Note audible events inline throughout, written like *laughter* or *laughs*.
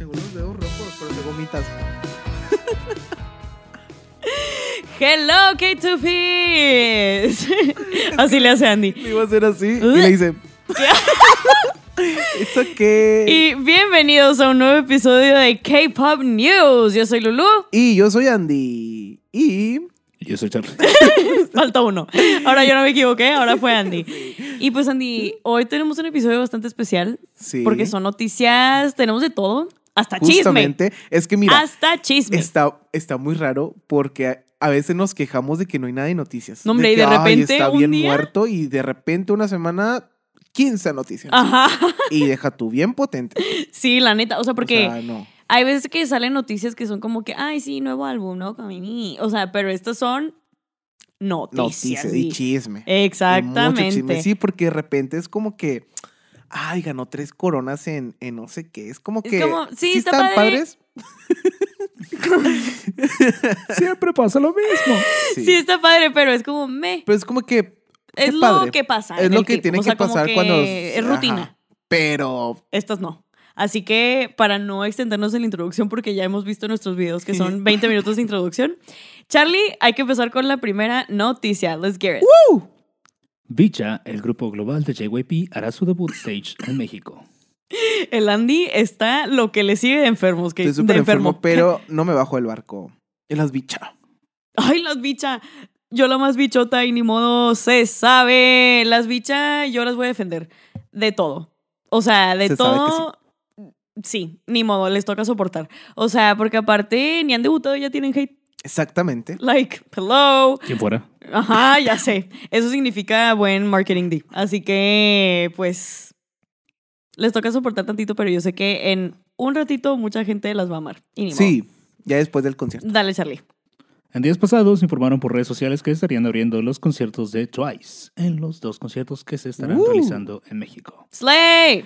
unos dedos rojos, pero te vomitas. Hello, K2Ps. *laughs* así le hace Andy. Me iba a hacer así y le *laughs* hice. It's okay. Y bienvenidos a un nuevo episodio de K-Pop News. Yo soy Lulu. Y yo soy Andy. Y. Yo soy Charles. Falta uno. Ahora yo no me equivoqué, ahora fue *laughs* Andy. Y pues Andy, hoy tenemos un episodio bastante especial. Sí. Porque son noticias, tenemos de todo. Hasta Justamente. Es que chisme. mira, Hasta chisme. está, está muy raro porque a, a veces nos quejamos de que no hay nada de noticias. No, hombre, y que, de "Ay, repente está un bien día- muerto y de repente una semana 15 noticias. Ajá. *laughs* Y deja tú bien potente. Sí, la neta. O sea, *laughs* porque O sea, no. hay veces que salen noticias que son como que, ay, sí, nuevo álbum, ¿no? Camini". O sea, pero estas son noticias. Noticias sí. y chisme. Y mucho Exactamente. chisme. Sí, porque de repente es como que, ay, ganó tres coronas en, en no sé qué. Es como Es que. como, sí, está padre. padres. Siempre pasa lo mismo. sí. Sí. está padre, pero es como me. Pero es como que. qué Es lo padre. que pasa. Es en lo el que K-pop. tiene O sea, que como pasar cuando. Es rutina. Ajá. Pero. Estas no. Así que para no extendernos en la introducción, porque ya hemos visto nuestros videos *laughs* que son 20 minutos de introducción, Charlie, hay que empezar con la primera noticia. Let's get it. ¡uh! Bicha, el grupo global de JYP, hará su debut stage en México. El Andy está lo que le sigue de enfermos. Que, Estoy súper de enfermo, *laughs* pero no me bajo del barco. En las bichas. *laughs* Ay, las bicha. Yo la más bichota y ni modo se sabe. Las bicha, yo las voy a defender. De todo. O sea, de Se sabe que todo. Sí, ni modo, les toca soportar. O sea, porque aparte ni han debutado, ya tienen hate. Exactamente. Like, hello. ¿Quién fuera? Ajá, ya sé. Eso significa buen marketing D. Así que, pues, les toca soportar tantito, pero yo sé que en un ratito mucha gente las va a amar. Y ni Sí, ya después del concierto. modo. Dale, Charlie. En días pasados informaron por redes sociales que estarían abriendo los conciertos de Twice en los dos conciertos que se estarán Uh. realizando en México. Slay.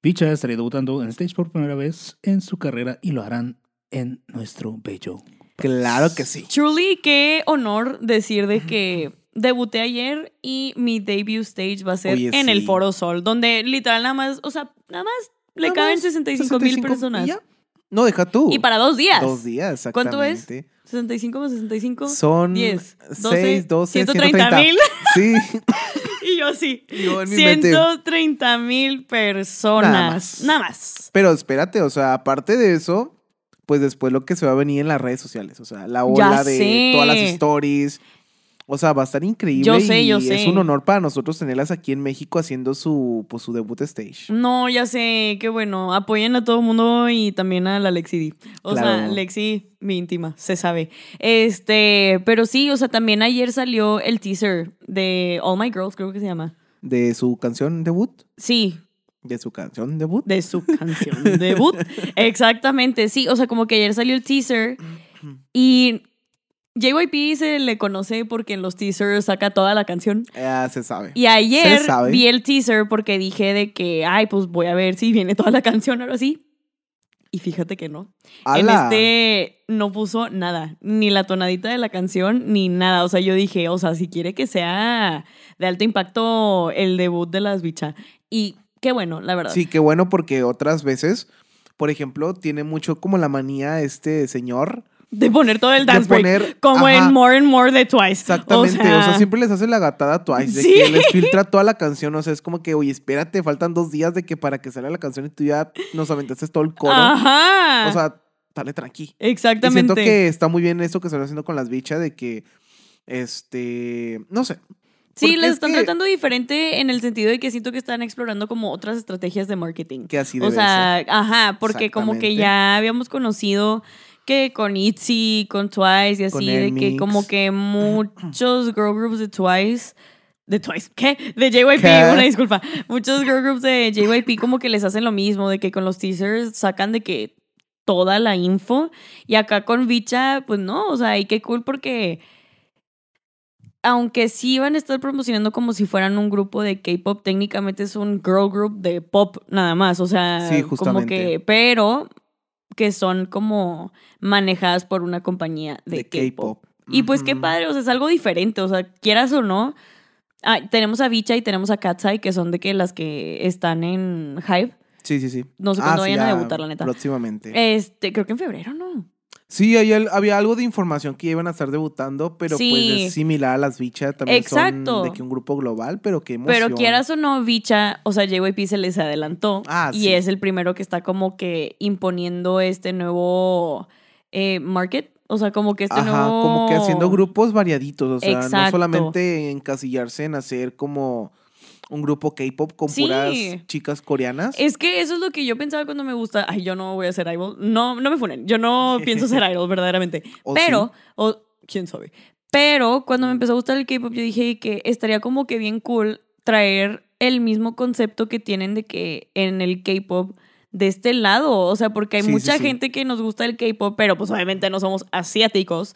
Bicha estaría debutando en stage por primera vez en su carrera y lo harán en nuestro bello. Claro que sí. Truly, qué honor decir de que debuté ayer y mi debut stage va a ser Oye, en el sí. Foro Sol, donde literal nada más, o sea, nada más le Nada caben más, 65 mil 65 personas. y ya. No, deja tú. Y para dos días. Dos días, exactamente. ¿Cuánto es? 65 más 65. Son 10, 6, 12, 130 mil. Sí, *laughs* Y yo sí. yo en mi mente. 130 mil personas. Nada Nada más. más. Pero espérate, o sea, aparte de eso, pues después lo que se va a venir en las redes sociales, o sea, la ola de sé. todas las stories. O sea, va a estar increíble. Yo sé, y yo Es sé. un honor para nosotros tenerlas aquí en México haciendo su, pues, su debut stage. No, ya sé, qué bueno. Apoyen a todo el mundo y también a la Lexi D. O sea, Claro. Lexi, mi íntima, se sabe. Este, pero sí, o sea, también ayer salió el teaser de All My Girls, creo que se llama. De su canción debut. Sí, De su canción debut. de su canción debut. Exactamente, sí. O sea, como que ayer salió el teaser y JYP se le conoce porque en los teasers saca toda la canción. Ah, se sabe. Y ayer Se sabe. vi el teaser porque dije de que, ay, pues voy a ver si viene toda la *laughs* canción ahora sí. Y fíjate que no. ¡Hala! En este no puso nada, ni la tonadita de la canción, ni nada. O sea, yo dije, o sea, si quiere que sea de alto impacto el debut de las bichas. Y qué bueno, la verdad. Sí, qué bueno porque otras veces, por ejemplo, tiene mucho como la manía este señor. De poner todo el De dance break. poner- Como ajá. en More and More de Twice. Exactamente, o sea, siempre les hace la gatada a Twice, de Sí. que les filtra toda la canción, o sea, es como que, oye, espérate, faltan dos días de que para que salga la canción y tú ya nos aventaste todo el coro. Ajá. O sea, dale tranqui. Y Exactamente. siento que está muy bien eso que están haciendo con las bichas, de que, este, no sé. Sí, Porque las es están que- tratando diferente en el sentido de que siento que están explorando como otras estrategias de marketing. Que así o debe sea, ajá, porque como que Exactamente. ya habíamos conocido que con ITZY, con Twice y así, Con de que NMIXX. *clears throat* como que muchos girl groups de Twice, de Twice, ¿qué? De JYP, ¿Qué? una disculpa. Muchos girl groups de JYP como que les hacen lo mismo, de que con los teasers sacan de que toda la info y acá con Bicha, pues no, o sea, y qué cool porque aunque sí van a estar promocionando como si fueran un grupo de K-pop, técnicamente es un girl group de pop nada más, o sea, Sí, como justamente. que, pero que son como manejadas por una compañía de, K-pop. Y pues qué Ujú. padre, o sea, es algo diferente, o sea, quieras o no. ah, tenemos a Bicha y tenemos a Katsai, que son de que las que están en Hype. Sí, sí, sí. No sé cuándo sí, vayan a ya debutar, la neta. Próximamente. Este, creo que en febrero, ¿no? Sí, ahí al- había algo de información que iban a estar debutando, pero pues Sí. es similar a las bichas también. Exacto. Son de que un grupo global, pero que emoción. Pero quieras o no, Bicha, o sea, JYP se les adelantó. Ah, y sí. es el primero que está como que imponiendo este nuevo eh, market. O sea, como que este Ajá, nuevo. como que haciendo grupos variaditos, o sea, no Exacto. solamente encasillarse en hacer como un grupo K-pop con Sí. Eh, puras chicas coreanas. Es que eso es lo que yo pensaba cuando me gusta. Ay, yo no voy a ser idol. No, no me funen. *laughs* Yo no pienso ser idol, verdaderamente. ¿O Mm. Pero, o quién sabe. Pero cuando me empezó a gustar el K-pop, yo dije que estaría como que bien cool traer el mismo concepto que tienen de que en el K-pop de este lado, o sea, porque hay Sí, sí, mucha sí. gente que nos gusta el K-pop, pero pues obviamente no somos asiáticos.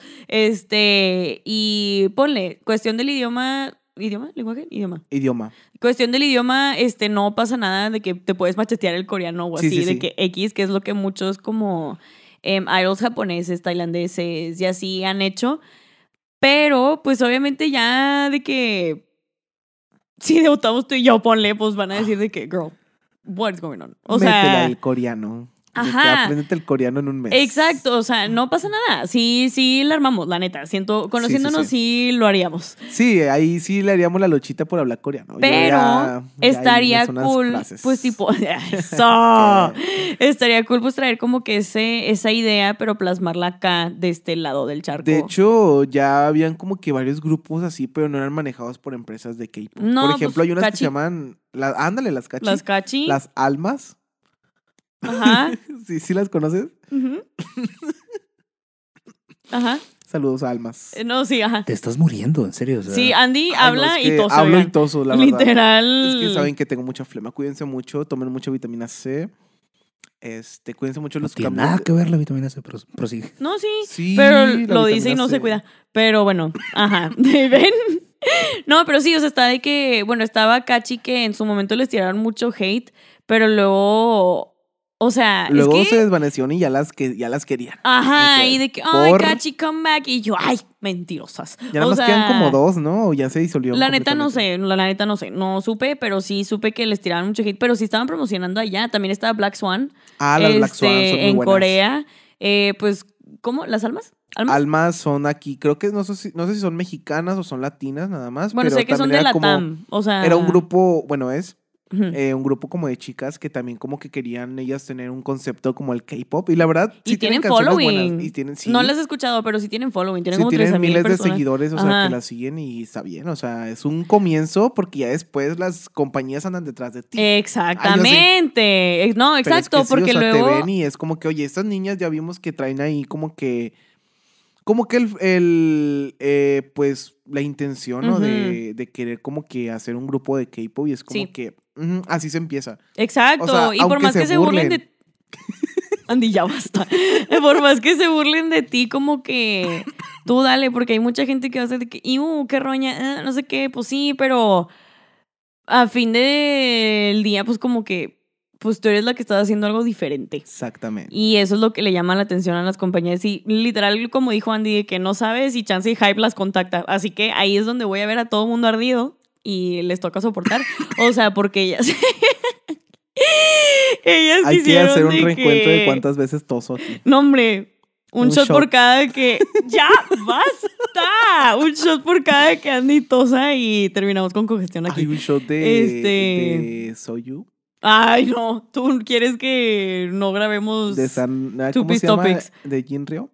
Este, y ponle, cuestión del idioma, idioma, lenguaje, idioma Idioma. cuestión del idioma, este, no pasa nada de que te puedes machetear el coreano o Sí, así, sí, de sí. que X, que es lo que muchos como em, idols japoneses, tailandeses y así han hecho. Pero, pues obviamente ya de que si debutamos tú y yo, ponle, pues van a decir de que, girl, what's going on? O Métela sea, el coreano. Ajá. Aprendete el coreano en un mes. exacto, o sea, no pasa nada. Sí, sí, la armamos, la neta. Siento, conociéndonos, sí lo haríamos. Sí, ahí sí le haríamos la luchita por hablar coreano. Yo Pero ya- ya ahí estaría hice unas cool, frases. pues tipo, *laughs* *laughs* ah. eso. estaría cool pues traer como que ese, esa idea, pero plasmarla acá, de este lado del charco. De hecho, ya habían como que varios grupos así, pero no eran manejados por empresas de K-pop. No, por ejemplo, pues, hay unas que cachi. se llaman. la- ándale, las cachis. las cachi. Las almas. *laughs* Ajá. ¿Sí, ¿Sí las conoces? ujú. Ajá. Saludos a almas. Eh, No, sí, ajá. Te estás muriendo, en serio. o sea, Sí, Andy Ay, no, habla es que y tosa. Hablo y oigan. toso, la verdad. Literal. Es que saben que tengo mucha flema. Cuídense mucho, tomen mucha vitamina C. Este, cuídense mucho no los tiene cambios. nada de- que ver la vitamina C, pero prosigue. No, sí. Sí, pero la lo dice y vitamina no C. se cuida. Pero bueno, ajá, *laughs* ¿ven? No, pero sí, o sea, está de que, bueno, estaba Cachi que en su momento les tiraron mucho hate, pero luego, o sea, Ah, es Luego que- Ah, se desvanecieron y ya las, que, ya las querían. Ajá, de que y de que, ay, por- Cachi, come back. Y yo, ay, mentirosas. Ya nada O más sea, quedan como dos, ¿no? O ya se disolvió. La neta no completamente. sé, la la neta no sé, no supe, pero sí supe que les tiraron mucho hate, pero sí estaban promocionando allá, también estaba Black Swan, Ah, las Black este, Swan son muy en buenas. Corea, eh, pues, ¿cómo? ¿Las almas? ¿Almas? Almas son aquí, creo que no sé si, no sé si son mexicanas o son latinas nada más. Bueno, pero sé que son de también la era Ah. como- TAM. O sea. Era un grupo, bueno, es ujú. eh, un grupo como de chicas que también como que querían ellas tener un concepto como el K-pop. Y la verdad, Y sí tienen canciones following. buenas, y tienen, sí, No las he escuchado, pero sí tienen following. Tienen sí como tienen 13 miles de personas. seguidores, o sea, Ajá. que las siguen y está bien. O sea, es un comienzo porque ya después las compañías andan detrás de ti. Exactamente. Eh, No, Pero es Eh, exacto, que sí, porque o sea, luego. te ven y es como que, oye, estas niñas ya vimos que traen ahí como que. Como que el. el, eh, pues la intención, ¿no? de, de querer como que hacer un grupo de K-pop y es como Sí. que. ujú, así se empieza. Exacto. o sea, y por aunque más se que se burlen burlen. de. *laughs* Andy, ya basta. *laughs* Por más que se burlen de ti, como que tú dale, porque hay mucha gente que va a ser de que, "Iu, qué roña, eh, no sé qué, pues sí, pero a fin del día, pues como que, pues tú eres la que estás haciendo algo diferente. Exactamente. Y eso es lo que le llama la atención a las compañías. Y literal, como dijo Andy, de que no sabes si Chance y Hype las contacta. Así que ahí es donde voy a ver a todo mundo ardido y les toca soportar. *laughs* O sea, porque ellas. *laughs* ellas Hay que quisieron hacer un de reencuentro que- de cuántas veces toso aquí. No, hombre. Un Un, shot, shot. por cada *laughs* que. ¡Ya! ¡Basta! Un shot por cada que Andy tosa y terminamos con congestión aquí. Hay un shot de, Este- de Soyu. Ay, no. Tú quieres que no grabemos. De San. ah, pues, Two ¿Cómo se Piece llama? Topics. De Jinryo.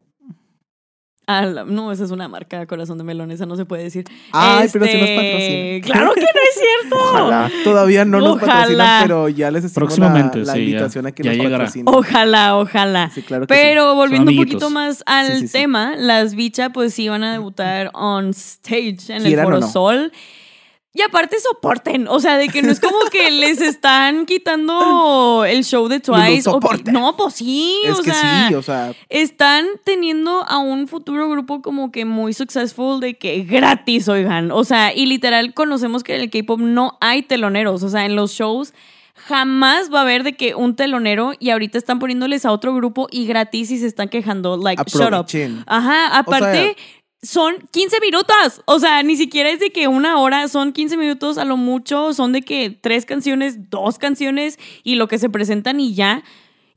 Ah, la- no, esa es una marca, corazón de melón, esa no se puede decir. Ay, pero si nos Este, patrocinan. Claro que no es *laughs* cierto. Ojalá. Todavía no nos Ojalá. patrocinan, pero ya les hicimos la, Próximamente, la sí, ya. invitación a que Ya nos llegará. patrocinen. Ojalá, ojalá. Sí, claro que sí. Oh, Pero volviendo un poquito amiguitos. más al Sí, sí, sí. tema, las bichas pues iban a debutar on stage en el Quieran o Foro no. Sol. Y aparte soporten, o sea, de que no es como *laughs* que les están quitando el show de los Twice. o que- soporten. no, pues sí, Es o que sea, sí, o sea, están teniendo a un futuro grupo como que muy successful de que gratis, oigan. O sea, y literal conocemos que en el K-pop no hay teloneros. O sea, en los shows jamás va a haber de que un telonero y ahorita están poniéndoles a otro grupo y gratis y se están quejando, like, shut up. Ah, aprovechen. Ajá, aparte. son 15 minutos. O sea, ni siquiera es de que una hora, son 15 minutos a lo mucho, son de que tres canciones, dos canciones y lo que se presentan y ya.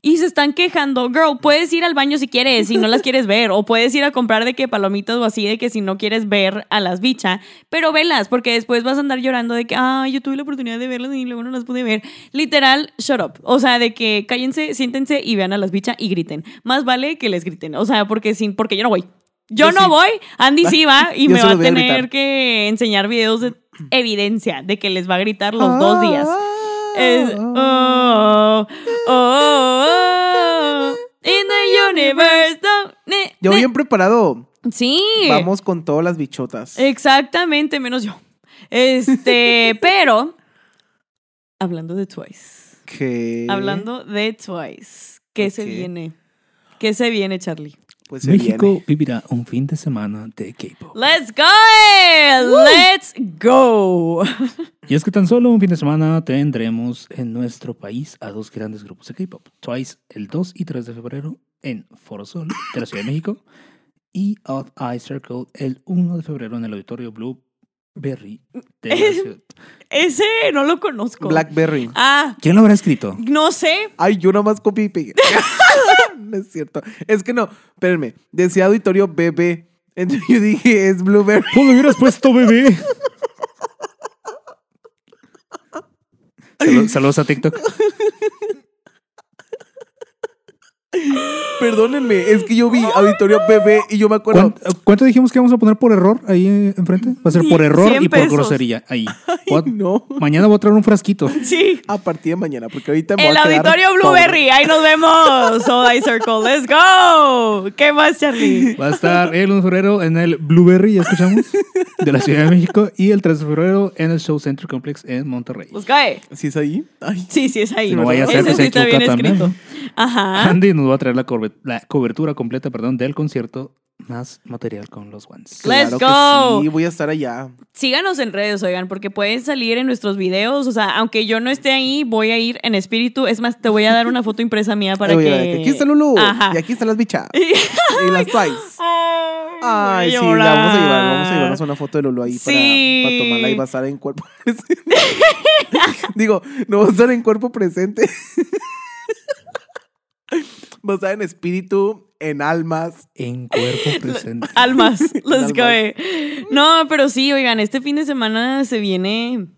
Y se están quejando, girl, puedes ir al baño si quieres, si no las quieres ver, o puedes ir a comprar de que palomitas o así, de que si no quieres ver a las bichas, pero velas, porque después vas a andar llorando de que, ah, yo tuve la oportunidad de verlas y luego no las pude ver. Literal, shut up. O sea, de que cállense, siéntense y vean a las bichas y griten. Más vale que les griten, o sea, porque, sin, porque yo no voy. Yo, Yo no sí. voy, Andy *laughs* sí va y Yo me se va a los voy a gritar. tener que enseñar videos de evidencia de que les va a gritar los Ah. dos días. Es- oh, oh, oh, oh, in the universe. don't- ne- Yo ne- bien preparado. Sí. Eh, Vamos con todas las bichotas. Exactamente, menos yo. Este, pero hablando de Twice. que... Hablando de Twice. ¿Qué se Ok. viene? ¿Qué se viene, Charlie? Pues se México viene. vivirá un fin de semana de K-pop. Let's go. Let's go. Y es que tan solo un fin de semana tendremos en nuestro país a dos grandes grupos de K-pop. Twice el 2 y 3 de febrero en Foro Sol de la Ciudad de México y Odd Eye Circle el 1 de febrero en el Auditorio Blue Berry de la ciudad. Ese no lo conozco. Blackberry. Ah, ¿Quién lo habrá escrito? no sé. Ay, yo nada más copio y pegué. *laughs* no es cierto. Es que no, espérenme. Decía auditorio bebé. Entonces yo dije, es Blueberry. ¿Cómo lo hubieras puesto, bebé? Salu- saludos a TikTok. Perdónenme, es que yo vi auditorio bebé y yo me acuerdo. ¿Cuán- ¿Cuánto dijimos que vamos a poner por error ahí eh, enfrente? Va a ser por error 100 y por pesos. grosería. Ahí. Voy a- No. Mañana voy a traer un frasquito. Sí. A partir de mañana, porque ahorita me El voy a quedar auditorio pobre. *laughs* Blueberry, ahí nos vemos. Soda y Circle, let's go. ¿Qué más, Charlie? Va a estar el 1 de febrero en el Blueberry, *laughs* ya escuchamos, de la Ciudad de México. Y el 3 de febrero en el Show Center Complex en Monterrey. Pues cae. ¿Sí es ahí? Ay, Sí, sí, es ahí. No vaya a ser Ese que pues, se sí está bien equivoca también. escrito. Ajá. Andy nos va a traer la, corbe- la cobertura completa perdón, del concierto, más material con los ones. Let's claro go. Que sí, voy a estar allá. Síganos en redes, oigan, porque pueden salir en nuestros videos. O sea, aunque yo no esté ahí, voy a ir en espíritu. Es más, te voy a dar una foto impresa mía para Ay, voy que. a ver, Aquí *laughs* está Lulu. Ajá. Y aquí están las bichas. *laughs* y las Twice. Ay, Ay, voy a sí, la vamos a llevar. llorar. Vamos a llevarnos una foto de Lolo ahí para- Sí. para, tomarla y va a estar en cuerpo presente. *laughs* Digo, no va a estar en cuerpo presente. va a estar en espíritu, en almas. En *laughs* cuerpo presente. *laughs* Almas, let's Almas. go. No, pero sí, oigan, este fin de semana se viene.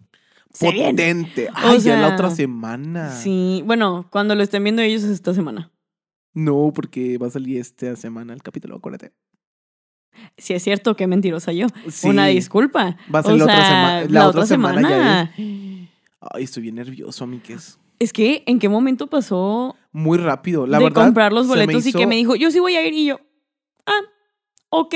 Se viene. potente. Ay, O ya sea, la otra semana. Sí, bueno, cuando lo estén viendo ellos es esta semana. No, porque va a salir esta semana el capítulo, acuérdate. Si es cierto, qué mentirosa yo. Sí. Una disculpa. Va a O salir la otra sea, semana. La, otra, semana, ya es. Ay, estoy bien nervioso, mi que es Es que, ¿en qué momento pasó muy rápido. La de verdad. comprar se los me boletos y hizo- que me dijo, yo sí voy a ir? Y yo, ah, ok.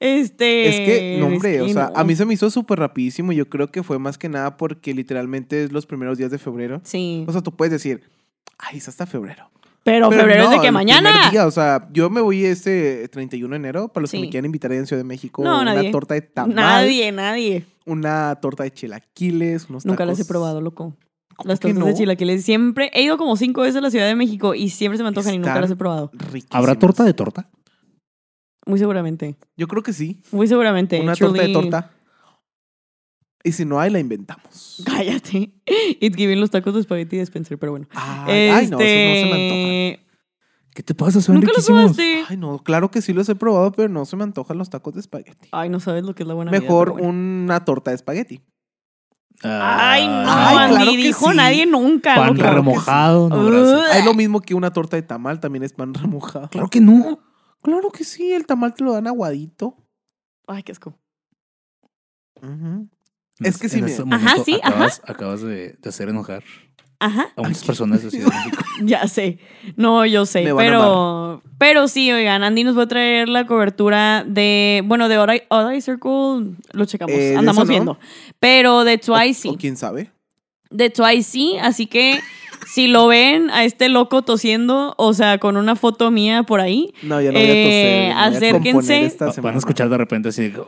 Este. Es que, no, hombre, es o que sea, no. a mí se me hizo súper rapidísimo. Yo creo que fue más que nada porque literalmente es los primeros días de febrero. Sí. O sea, tú puedes decir, ay, es hasta febrero. pero, Pero febrero es no, de que el mañana. primer día, o sea, yo me voy este 31 de enero para los que Sí. me quieran invitar ahí en Ciudad de México. No, una nadie. torta de tamal, Nadie, nadie. una torta de chilaquiles, unos Nunca las he tacos. probado, loco. ¿Cómo Las que tortas no? de chilaquiles. Siempre he ido como cinco veces a la Ciudad de México y siempre se me antojan y nunca Están- las he probado. Riquísimas. ¿Habrá torta de torta? Muy seguramente. Yo creo que sí. Muy seguramente. Una torta Truly- de torta. Y si no hay, la inventamos. *laughs* Cállate. It's giving los tacos de espagueti de Spencer, pero bueno. Ay, ay, no, esos no se me antojan. Este, ¿Qué te pasa? Son ¿Nunca los riquísimos. probaste? Ay, no, claro que sí los he probado, pero no se me antojan los tacos de espagueti. Ay, Ah, no sabes lo que es la buena vida, Mejor pero bueno. una torta de espagueti. Ay, no, Ay, Andy, claro que dijo sí. nadie nunca. Ah, Pan loco. claro que remojado, no, gracias. Es lo mismo que una torta de tamal, también es pan *laughs* remojado. Claro que no. Claro que sí, el tamal te lo dan aguadito. Ay, qué asco. Ujú. Es que sí, En mira. este Ajá, momento sí, ajá. acabas, acabas de, de hacer enojar Ajá, a muchas personas *laughs* de Ciudad de México. ya sé. No, yo sé, Me van a pero pero sí, oigan, Andy nos va a traer la cobertura de, bueno, de Odd Eye- Odd Eye Circle, lo checamos, Eh, de andamos eso no. viendo. Pero de O- Twice sí. O, quién sabe. de Twice sí, así que si lo ven a este loco tosiendo, o sea, con una foto mía por ahí, *laughs* No, ya no voy a Eh, toser. voy a acérquense. componer esta Va- Van semana. a escuchar de repente así de...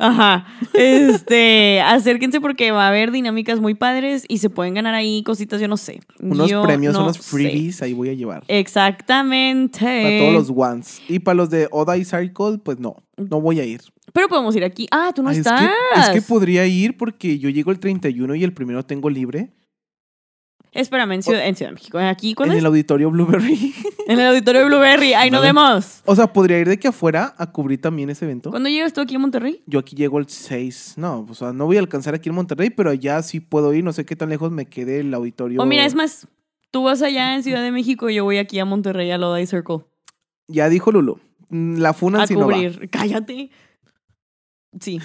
Ajá. Este, acérquense porque va a haber dinámicas muy padres y se pueden ganar ahí cositas, yo no sé. Unos Yo premios, no unos sé. Eh, freebies, ahí voy a llevar. Exactamente. Para todos los ones. Y para los de Oda y Circle, pues no, no voy a ir. Pero podemos ir aquí. Ah, tú no Ay, es, estás. que, es que podría ir porque yo llego el 31 y el primero tengo libre. Espérame, en Ciudad, en Ciudad de México. ¿Aquí cuándo en es? el auditorio Blueberry. En el auditorio de Blueberry. Ahí nos Vale. vemos. o sea, podría ir de que afuera a cubrir también ese evento. ¿Cuándo llegas tú aquí a Monterrey? Yo aquí llego el 6. No, o sea, no voy a alcanzar aquí en Monterrey, pero allá sí puedo ir. No sé qué tan lejos me quede el auditorio. O mira, es más, tú vas allá en Ciudad de México y yo voy aquí a Monterrey a Lodi Circle Ya dijo Lulu. mm, La funa a si no va. cubrir. *laughs* Cállate. *laughs* Sí,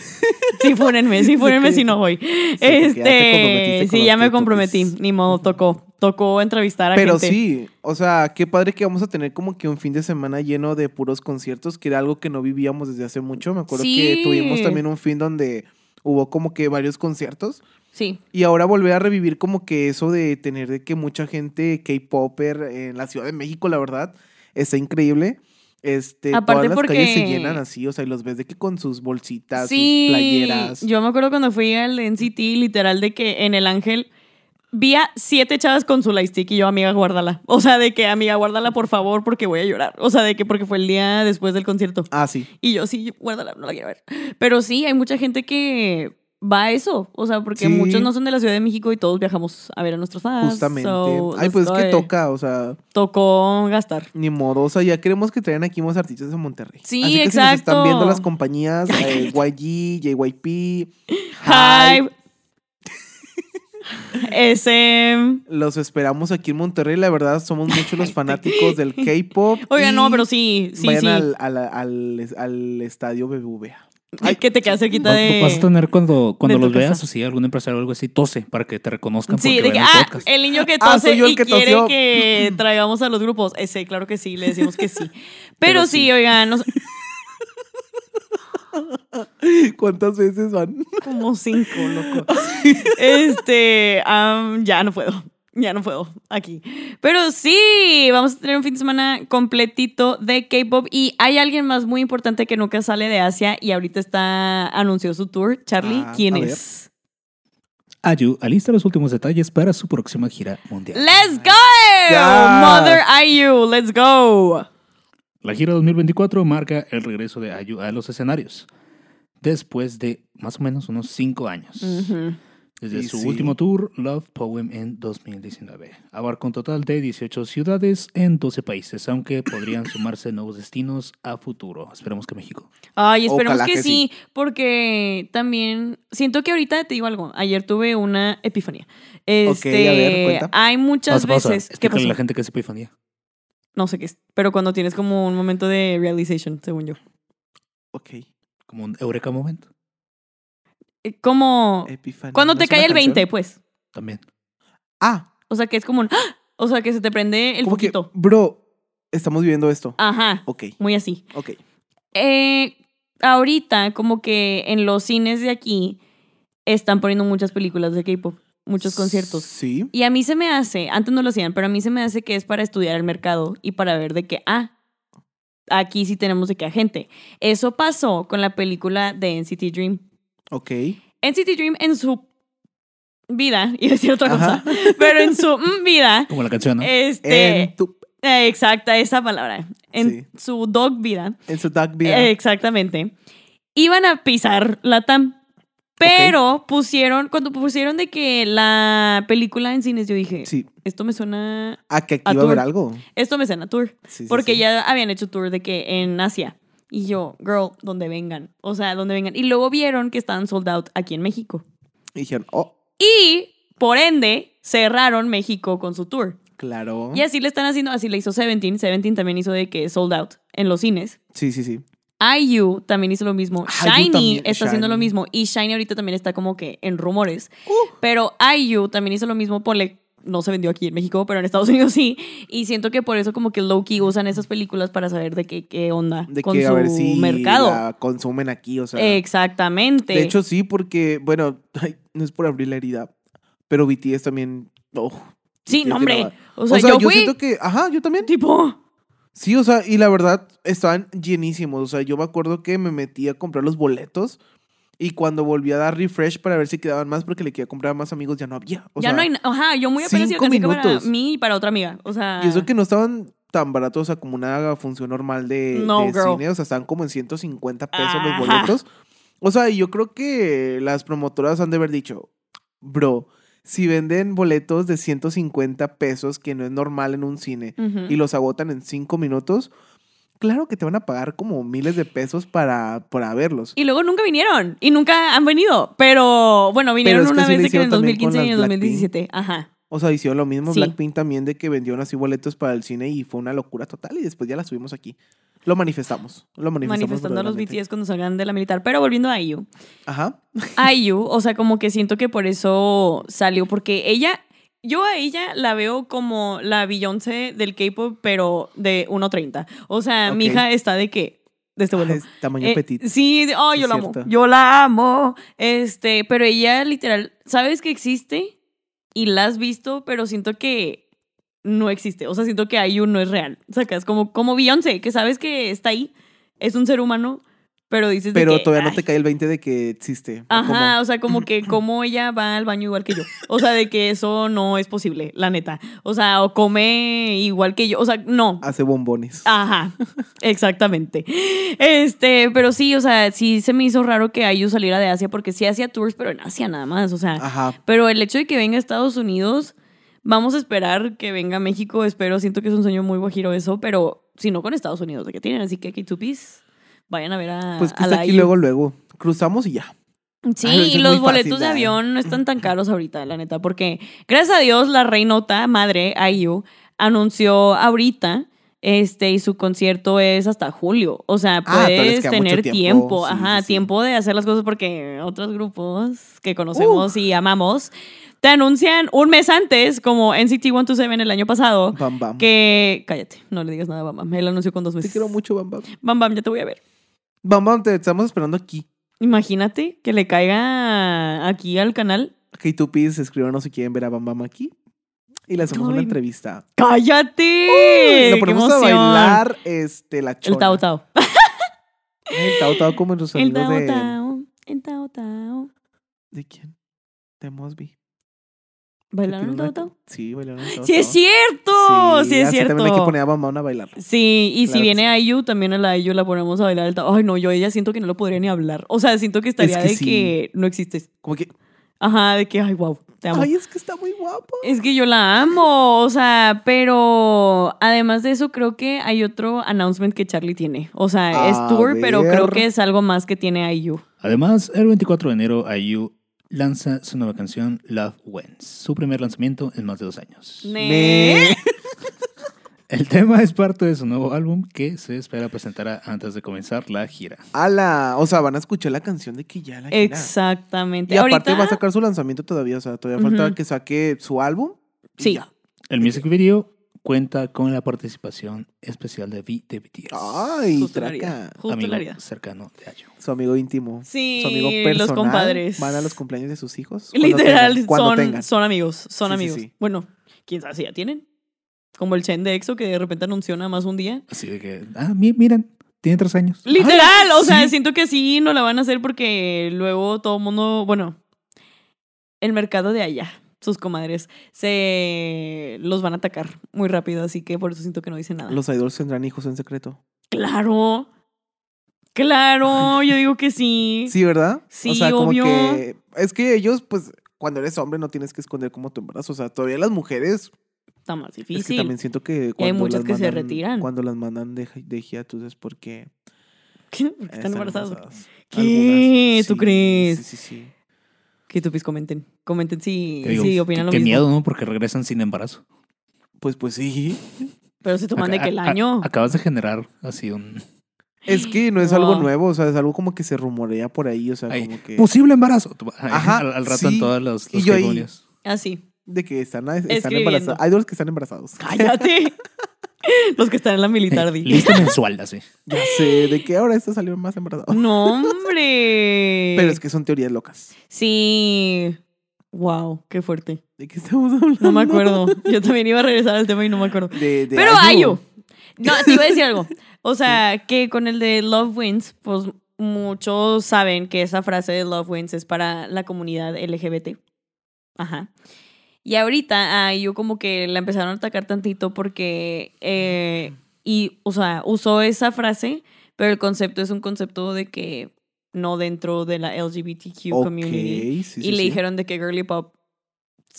sí, fúnenme, sí, fúnenme si no voy. te este, comprometiste con sí, los ya me K-popis. comprometí, ni modo, tocó, tocó entrevistar a Pero gente. sí, o sea, qué padre que vamos a tener como que un fin de semana lleno de puros conciertos, que era algo que no vivíamos desde hace mucho. Me acuerdo Sí. que tuvimos también un fin donde hubo como que varios conciertos. Sí, Y ahora volver a revivir como que eso de tener de que mucha gente K-Popper en la Ciudad de México, la verdad, está increíble. Este, Aparte todas las calles se porque- llenan así, o sea, y los ves de que con sus bolsitas, sí. sus playeras. Yo me acuerdo cuando fui al NCT, literal, de que en el Ángel vi a siete chavas con su lightstick y yo, amiga, guárdala. O sea, de que, amiga, guárdala, por favor, porque voy a llorar. O sea, de que porque fue el día después del concierto. Ah, sí. Y yo sí, guárdala, no la quiero ver. Pero sí, hay mucha gente que va a eso. O sea, porque Sí. muchos no son de la Ciudad de México y todos viajamos a ver a nuestros fans. Justamente. Ah, So, Ay, pues es que estoy- toca, o sea, Tocó gastar. ni modo. O sea, ya queremos que traigan aquí más artistas de Monterrey. Sí, Así que si nos exacto. están viendo las *laughs* compañías, eh, YG, JYP, Hype. Ese. los esperamos aquí en Monterrey. La verdad, somos muchos los fanáticos del K-pop. *laughs* Oiga, y no, pero sí, sí, vayan sí. Al, al, al, al estadio BBVA. Ay, que te quedas *laughs* cerquita de. Vas a tener cuando, cuando de tu los veas, casa. o si algún empresario o algo así, tose para que te reconozcan Sí, porque de que, ven el ah, podcast. el niño que Ah, tose soy yo el y que quiere tosió. *laughs* que traigamos a los grupos. Ese, claro que sí, le decimos que sí. Pero, Pero sí, sí. oigan, nos- *laughs* ¿Cuántas veces van? Como cinco, *laughs* loco. Este, am, ya no puedo. Ya no puedo aquí. Pero sí, vamos a tener un fin de semana completito de K-pop. Y hay alguien más muy importante que nunca sale de Asia y ahorita está anunció su tour. Charlie, Ah, ¿quién a ver. es? Ayu alista los últimos detalles para su próxima gira mundial. ¡Let's go! Ya. Mother IU, let's go. La gira 2024 marca el regreso de Ayu a los escenarios después de más o menos unos cinco años. Ujú. Desde Y su sí. último tour, Love Poem, en 2019. Abarca un total de 18 ciudades en 12 países, aunque *laughs* podrían sumarse nuevos destinos a futuro. Esperemos que México. Ay, esperemos Ojalá que, que sí. sí, porque también siento que ahorita te digo algo. Ayer tuve una epifanía. Este, a ver, cuenta. hay muchas Pausa, pausa. veces. ¿Qué Explícale pasó? a la gente que es epifanía. No sé qué es, pero cuando tienes como un momento de realization, según yo. Ok. Como un eureka moment. Eh, Como Epifanía. cuando ¿No te es una cae el canción? 20, pues. También. Ah, O sea, que es como un ¡ah! o sea, que se te prende el como que, poquito. bro, estamos viviendo esto. Ajá, Ok, muy así. ok. Eh, ahorita como que en los cines de aquí están poniendo muchas películas de K-pop, muchos conciertos. Sí. Y a mí se me hace, antes no lo hacían, pero a mí se me hace que es para estudiar el mercado y para ver de que, ah, aquí sí tenemos de qué gente. Eso pasó con la película de NCT Dream. Ok. NCT Dream en su vida, *laughs* iba a decir otra Ajá. cosa, pero *laughs* en su mm, vida, Como la canción, ¿no? este, En, tu, eh, exacta esa palabra, en Sí. su dog vida, en su duck eh, exactamente, iban a pisar la TAM. Pero pusieron, cuando pusieron de que la película en cines, yo dije, sí. esto me suena, Ah, que aquí A iba a haber tour. algo. esto me suena a tour. Sí, sí, Porque sí. ya habían hecho tour de que en Asia. Y yo, girl, donde vengan. O sea, donde vengan. Y luego vieron que estaban sold out aquí en México. Y dijeron, oh, Y por ende, cerraron México con su tour. claro. Y así le están haciendo, así le hizo Seventeen. Seventeen también hizo de que sold out en los cines. Sí, sí, sí. IU también hizo lo mismo. IU Shiny también, está haciendo lo Shiny. mismo. Y Shiny ahorita también está como que en rumores. Uh. Pero IU también hizo lo mismo. Ponle, no se vendió aquí en México, pero en Estados Unidos *laughs* sí. Y siento que por eso como que low-key usan esas películas para saber de qué, qué onda De con que su a ver si mercado. Este. la consumen aquí, o sea. Exactamente. De hecho, *laughs* sí, porque, bueno, ay, no es por abrir la herida, pero BTS también, oh, Sí, que no, hombre. tiraba. O sea, yo yo, fui siento que, ajá, yo también. tipo... Sí, o sea, y la verdad, estaban llenísimos. O sea, yo me acuerdo que me metí a comprar los boletos y cuando volví a dar refresh para ver si quedaban más, porque le quería comprar a más amigos, ya no había. O ya sea, no hay... na- Ajá, yo muy apenas si cinco alcancé que para minutos. mí y para otra amiga. O sea... Y eso que no estaban tan baratos, o sea, como una función normal de, No, de girl. cine, o sea, estaban como en 150 pesos Ajá. los boletos. O sea, y yo creo que las promotoras han de haber dicho, bro, si venden boletos de 150 pesos, que no es normal en un cine, Ujú. y los agotan en 5 minutos, claro que te van a pagar como miles de pesos para, para verlos. Y luego nunca vinieron. Y nunca han venido. Pero bueno, vinieron es que una sí lo vez de que en el hicieron también con 2015 y en el las Blackpink. 2017. Ajá. O sea, hicieron lo mismo Sí. Blackpink también de que vendieron así boletos para el cine y fue una locura total y después ya la subimos aquí. Lo manifestamos. Lo manifestamos. Manifestando a los verdaderamente. BTS cuando salgan de la militar. Pero volviendo a IU. Ajá. a IU, o sea, como que siento que por eso salió. Porque ella... Yo a ella la veo como la Beyoncé del K-pop, pero de 1.30. O sea, mi Ok. hija está de qué? De este vuelo. Ah, es tamaño Eh, petit. Sí, de- oh, Sí, yo la cierto. amo. Yo la amo. Este, pero ella literal, sabes que existe y la has visto, pero siento que no existe. O sea, siento que IU no es real. Sacas como, como Beyoncé, que sabes que está ahí, es un ser humano, pero dices de Pero que, todavía no "Ay". te cae el 20 de que existe. ¿o Ajá, cómo? o sea, como que como ella va al baño igual que yo. O sea, de que eso no es posible, la neta. O sea, o come igual que yo. O sea, no, Hace bombones. Ajá, *laughs* exactamente. Este, pero sí, o sea, sí se me hizo raro que IU saliera de Asia porque sí hacía tours, pero en Asia nada más, o sea. Ajá. Pero el hecho de que venga a Estados Unidos, vamos a esperar que venga a México, espero, siento que es un sueño muy guajiro eso, pero si no con Estados Unidos, ¿de qué tienen? Así que K2P's, vayan a ver a, Pues que Ah, a está la aquí IU. luego, luego. Cruzamos y ya. *laughs* Sí, Ay, es y muy los fácil, boletos de ¿eh? avión no están *clears throat* tan caros ahorita, la neta, porque gracias a Dios la reinota madre IU anunció ahorita este y su concierto es hasta julio, o sea, Ah, todavía les puedes queda tener mucho tiempo, tiempo, sí, ajá, sí, sí. tiempo de hacer las cosas porque otros grupos que conocemos y amamos te anuncian un mes antes como NCT 127 el año pasado Bam, bam. que cállate, no le digas nada, Bam Bam, él anunció con dos Te meses. quiero mucho, Bam Bam. Bam Bam, ya te voy a ver. Bam Bam, te estamos esperando aquí. Imagínate que le caiga aquí al canal K2Ps, escríbanos si quieren ver a Bam Bam aquí. Y le hacemos una Ay. entrevista. ¡Cállate! Lo ¡Qué ponemos a emoción! bailar este, la chona. El Tao Tao. El Tao Tao como en los El amigos Tao de... Tao. El Tao Tao. ¿De quién? De Mosby. Que ¿Bailaron el tiene Tao una- Tao? Sí, bailaron el Tao ¡Sí es Tao. cierto! ¡Sí, es así cierto! También hay que poner a Bam Bam a bailar. Sí, y Claro si que viene a IU, también a la IU la ponemos a bailar el Tao. Ay, no, yo a ella siento que no lo podría ni hablar. O sea, siento que estaría que de sí. que no existes. Como que, Ajá, de que, ay, wow, te amo. ay, es que está muy guapo. Es que yo la amo, o sea, pero además de eso creo que hay otro announcement que Charlie tiene. O sea, es A tour, pero creo ver. que es algo más que tiene IU. Además, el 24 de enero, IU lanza su nueva canción Love Wins, su primer lanzamiento en más de dos años. Ne- Ne- El tema es parte de su nuevo álbum que se espera presentar antes de comenzar la gira. Ala, o sea, van a escuchar la canción de que ya la gira. Exactamente. Y aparte Ahorita, va a sacar su lanzamiento todavía, o sea, todavía falta Ujú. que saque su álbum. y Sí. ya. El music video cuenta con la participación especial de V de BTS, Ay, justo la herida, traca. Justo la amigo herida. cercano de IU. Su amigo íntimo. Sí, su amigo personal. los compadres. Van a los cumpleaños de sus hijos. cuando Literal, tengan, cuando son, tengan. son amigos, son Sí, sí, amigos. sí. Bueno, quién sabe si ya tienen. Como el Chen de EXO que de repente anunció nada más un día. Así de que, ah, mi- miren, tiene tres años. Literal, o sea, sí. siento que sí no la van a hacer porque luego todo el mundo, bueno, el mercado de allá, sus comadres, se los van a atacar muy rápido, así que por eso siento que no dicen nada. Los idols tendrán hijos en secreto. Claro. Claro, yo digo que sí. Sí, ¿verdad? Sí, o sea, obvio. como que. Es que ellos, pues, cuando eres hombre no tienes que esconder como tu embarazo. O sea, todavía las mujeres. Está más Es que difícil. también siento que. Cuando muchas las que se mandan- retiran. Cuando las mandan de, de hiatus es porque. ¿Qué? *laughs* Porque están embarazadas. ¿Qué? Algunas, ¿Tú sí, crees? Sí, sí, sí. Que tupis comenten. Comenten si, Te digo, si opinan qué- lo qué mismo. miedo, ¿no? Porque regresan sin embarazo. Pues, pues sí. Pero se toman de Aca- que el a- a- año. acabas de generar así un Es que no es algo No. nuevo, o sea, es algo como que se rumorea por ahí, o sea, Ay, como que. posible embarazo. Tú- Ajá, *laughs* al, al rato sí. en todos los, Y los yo ahí- testimonios. Así. De que están, están Escribiendo. embarazados. Hay dos que están embarazados. Cállate. Los que están en la militar, di. *laughs* Lista mensual, así. Ya sé, de que ahora estas salieron más embarazados. No, hombre. Pero es que son teorías locas. Sí. Wow, qué fuerte. ¿De qué estamos hablando? *laughs* No me acuerdo. Yo también iba a regresar al tema y no me acuerdo. De, de Pero Ayu. *laughs* Ayu. No, te iba a decir algo. O sea, que con el de Love Wins, pues muchos saben que esa frase de Love Wins es para la comunidad LGBT. Ajá. Y ahorita a Ayu como que la empezaron a atacar tantito porque, eh, y, o sea, usó esa frase, pero el concepto es un concepto de que no dentro de la LGBTQ Ok, community sí, sí, y le sí. dijeron de que Girly Pop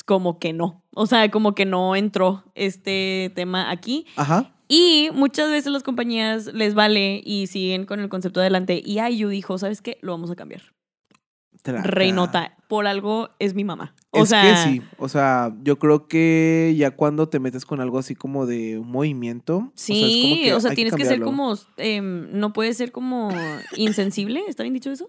como que no. O sea, como que no entró este tema aquí. Ajá. Y muchas veces las compañías les vale y siguen con el concepto adelante. Y Ayu dijo, ¿sabes qué? Lo vamos a cambiar. Tra- tra- Reinota, por algo es mi mamá. O es sea, que sí. O sea, yo creo que ya cuando te metes con algo así como de un movimiento. Sí, es como o sea, hay tienes que, ser cambiarlo. como, em, no puedes ser como insensible, ¿está bien dicho eso?